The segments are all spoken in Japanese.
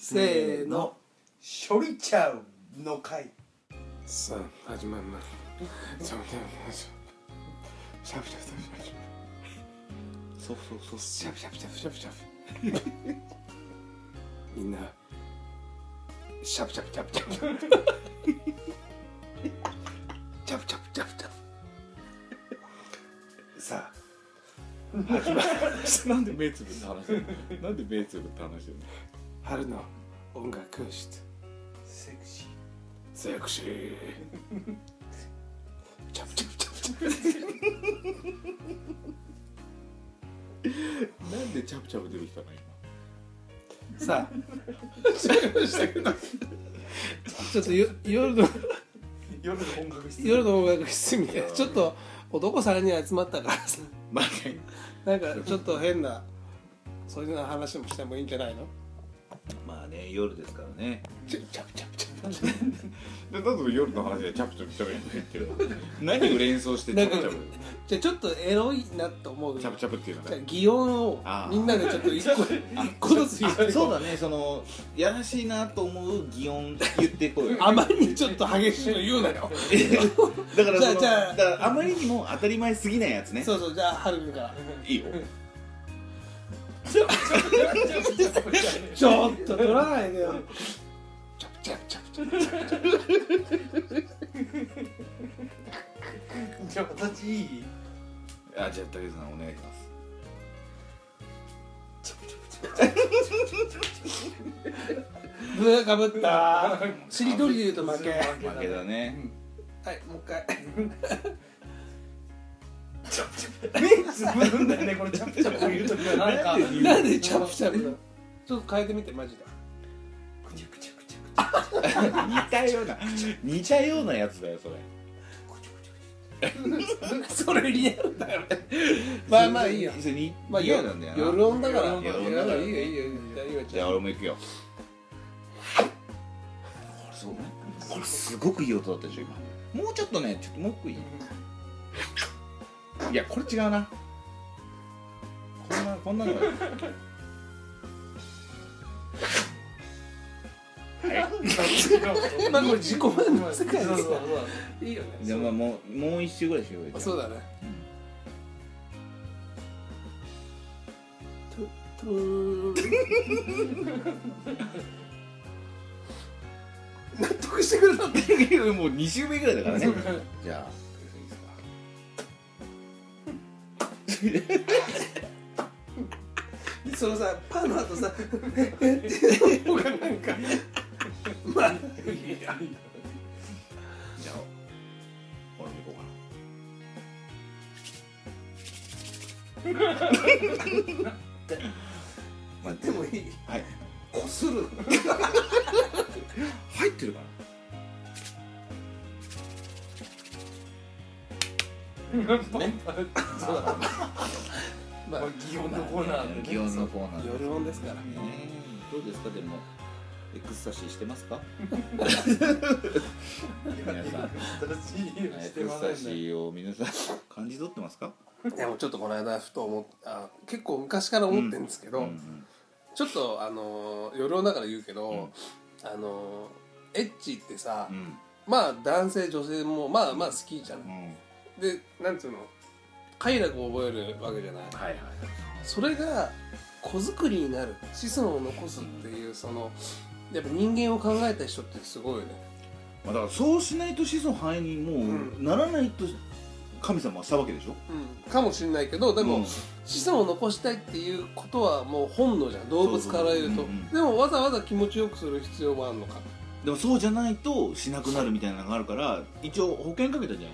せーの処理ちゃうの会さあ始まりますそうシャブシャブシャそうそうそうブシャブシャブシャブシャブシャブシャブ みんなシャブシャブシャブシャブシャブシャブシャブシャブさなんで目つぶって話してるなんで目つぶって話してるのあ春の音楽教室セクシセクシーチャプチャプチャプチャプなんでチャプチャプ出てきたの今さあ ちょっとよ夜のー夜の本格室夜の音楽室みたいなちょっと男3人集まったからさまあねなんかちょっと変なそういうような話もしてもいいんじゃないのまあね夜ですからねチャプチャプチャプチャプでだと夜の話でチャプチャプチャプチャプって言ってる何を連想してチャプチャプじゃあちょっとエロいなと思うチャプチャプっていうのじゃあね擬音をあーみんなでちょっと一 個一個ずつ言ってあそうだねそのやらしいなと思う擬音言ってこうよあまりにちょっと激しいの言うなよだからじそゃあのじゃあだからあまりにも当たり前すぎないやつねそうそうじゃあはるくんからいいよちょっと取らないでよチャプチャプチャプじゃあ私いいあじゃあ武井さんお願いしますぶーかぶったしりとりで言うと負けは負けだねいもう一回目つぶるんだよねこれチャプチャプ言うときはなんかなんでチャプチャプなのちょっと変えてみてマジでくちゃくちゃくちゃくちゃ似たような似たようなやつだよそれ それになるんだよねまあまあいいよそれにまあ嫌なんだよな夜音だから夜音夜だ音からいいよいいよいいよいいよじゃあ俺も行くよこれそうねこれすごくいい音だったでしょ今もうちょっとねちょっともう一個いいいやこれ違うなこんなこん なのがいいまあこれ自己満の世界そうでそうすかそらういいよねじゃあまあもうもう一周ぐらいしようよそうだだねトトゥー 納得してくれたんだ もう二周目ぐらいだからねじゃあそのさパンの後 さえっていうのがなんかまあじゃあ俺も行こうかな まあでもいいはいこする入ってるかな まあ祇園のコーナーで祇園のコーナーで夜音ですからねどうですかでもエクスタシーしてますか皆さん私エしてクまスせタんシねーを皆さん感じ取ってますかでもちょっとこの間ふと思っあ結構昔から思ってるんですけど、うんうんちょっとあのー、夜だから言うけど、うんあのー、エッチってさ、うんまあ男性女性もまあまあ好きじゃない、うんでなんつうの快楽を覚えるわけじゃないはいはいそれが子作りになる子孫を残すっていうそのやっぱ人間を考えた人ってすごいよねまあだからそうしないと子孫繁栄にもうならないと神様はしたわけでしょうん、かもしれないけどでも、うん子孫を残したいっていうことはもう本能じゃん動物から言うそうそうとうんうんでもわざわざ気持ちよくする必要もあるのかでもそうじゃないとしなくなるみたいなのがあるから一応保険かけたんじゃ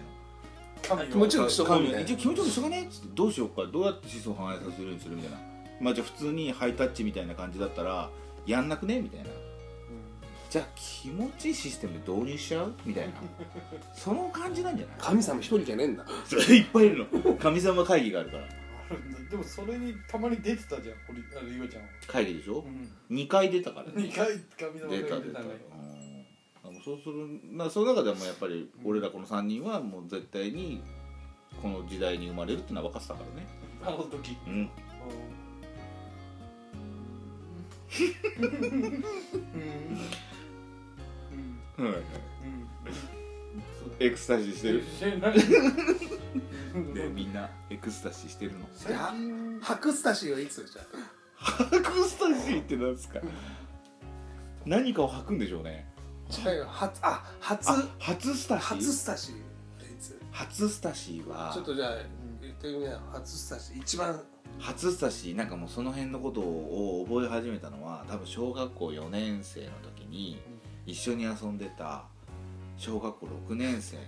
ない神の気持ちをよくしとこうみたい一な応気持ちよくしとかねっつってどうしようかどうやって子孫繁栄させるようにするみたいなまあじゃあ普通にハイタッチみたいな感じだったらやんなくねみたいなじゃあ気持ちいいシステム導入しちゃうみたいなその感じなんじゃない神様一人じゃねえんだそれいっぱいいるの神様会議があるからでもそれにたまに出てたじゃん堀あのゆうちゃんは会議でしょ、うん2回出たから二回神様が出た言って出たたねうんでもそうするまあその中でもやっぱり俺らこの3人はもう絶対にこの時代に生まれるってのは分かってたからねあの時うんうんうんうんうはいんそうだエクスタシーしてるえ何でみんなエクスタシーしてるの最近白スタシーはいつじゃエクスタシーってなんですか何かを吐くんでしょうねあ違うよ初あ初あ初スタシー初スタシーっていつ初スタシーはちょっとじゃあ言ってみなよ初スタシー一番初スタシーなんかもうその辺のことを覚え始めたのは多分小学校4年生の時に一緒に遊んでた小学校6年生の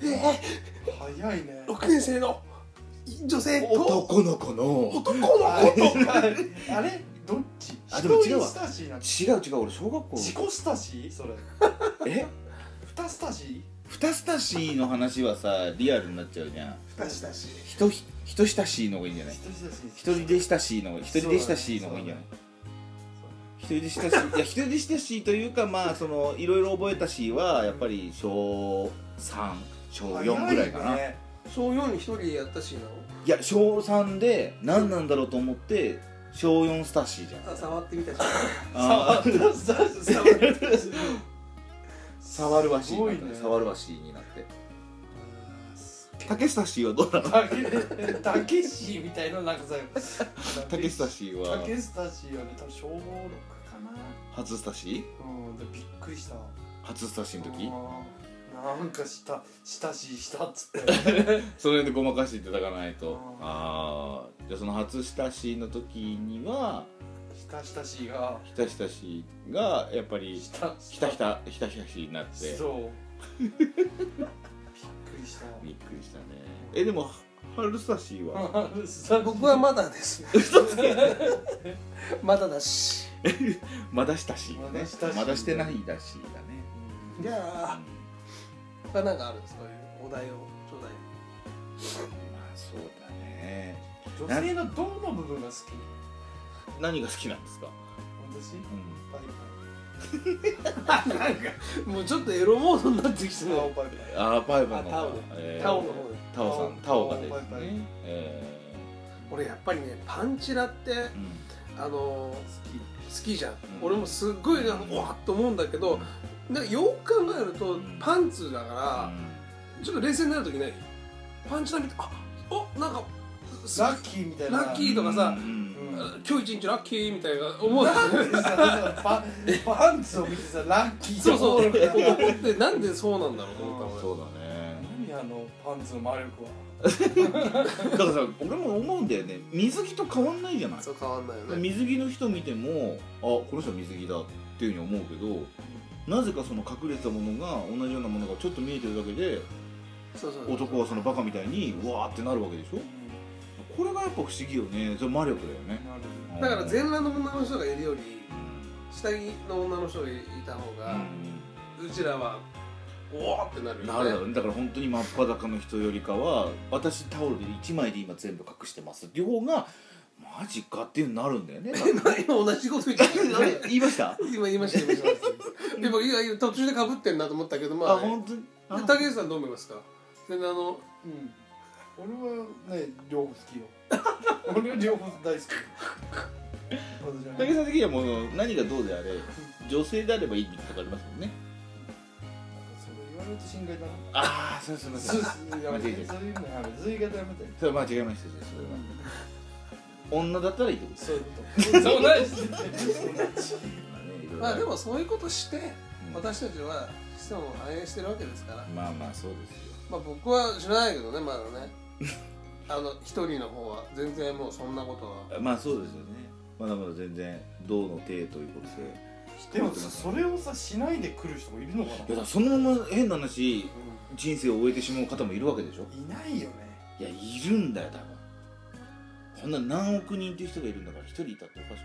早いね6年生の女性と男の子の男の子とあれどっちあでも違う一人わスタシーなんて違う違う俺小学校自己スタシーそれえ二スタシ二スタシーの話はさリアルになっちゃうじゃん二スタシ人ひ人したしーの方がいいんじゃーない一人スタシー一人でしたしーの方が一人でしたしーの方がいいんじゃない一人でしたしいや一人でしたしというかまあそのいろいろ覚えたしはやっぱり小3小4ぐらいかな早ねー小4に一人でやったしなのいや小3で何なんだろうと思って小4スタシ ーじゃんあ触ってみたしあー触ったスタシー 触ったし触るわしすにごないっねたね触るわしになってす竹スタシーはどうなのたけたけしみたいななんかさ竹スタシーたはけスタシーはね多分小六かな初スタシーうんでびっくりした初スタシーの時あーなんかしたしたししたっつってそれでごまかしていただかないとあああーじゃあその初スタシーの時にはしたしたしがひたひたしがやっぱりしたひたひたひたひたしになってそうびっくりしたびっくりしたねえでも春スタシーは僕はまだです まだだしまだしたしまねだしたしまだしてないだしだねじゃあうん他なんかあるんですかそういうお題をちょうだいまあそうだね女性のどの部分が好き何が好きなんですか、私うパイなんかもうちょっとエロモードになってきてパイる青パイパイん、あーパイパイのあタオねえータオの方でタオさんタオがですタオパイパイねえ俺やっぱりねパンチラってーうんあの好ー好きじゃん、俺もすっごいなんかうわっと思うんだけどなんかよく考えるとパンツだかうらちょっと冷静になる時ないパンチだけあおなんかきラッキーみたいなラッキーんとかさうんうん今日一日ラッキーみたいな思うなんでさパパンツを見てさラッキーそうそうと思のかな男ってなんでそうなんだろうと思った俺そうだね何あのパンツの魔力はだからさ俺も思うんだよね水着と変わんないじゃないそう変わんないよね水着の人見てもあこの人水着だっていうふうに思うけどなぜかその隠れてたものが同じようなものがちょっと見えてるだけでそうそう男はそのバカみたいにうわーってなるわけでしょこれがやっぱ不思議よねそれ魔力だよねなるだから全部裸の女の人がいるより下着の女の人がいた方が、うちらはおおってなるよねなるだろうねだから本当に真っ裸の人よりかは私タオルで1枚で今全部隠してますっていう方がマジかっていうのになるんだ よね今同じこと言って あれ言いました今言いました言いましたでもいやいや途中でかぶってんなと思ったけどまああ,、ね、本当にであ竹内さんどう思いますか全然あのうん俺はね両方好きよ俺は両方大好き私は武井さん的にはもう何がどうであれ女性であればいいってことありますもんねそれ言われると心外だなああそうそうそうそうそうやめてそういうのやめてそういう言い方やめてそれは間違えましたそれは女だったらいいってことそういうことそうないしまあでもそういうことしてうん私たちは子孫を反映してるわけですからまあまあそうですよまあ僕は知らないけどねまだ ねあの一人の方は全然もうそんなことはまあそうですよねまだまだ全然銅の手ということでいでもさそれをさしないで来る人もいるのかやだなからそのまま変な話人生を終えてしまう方もいるわけでしょいないよねいやいるんだよ多分こんな何億人っていう人がいるんだから一人いたっておかしくない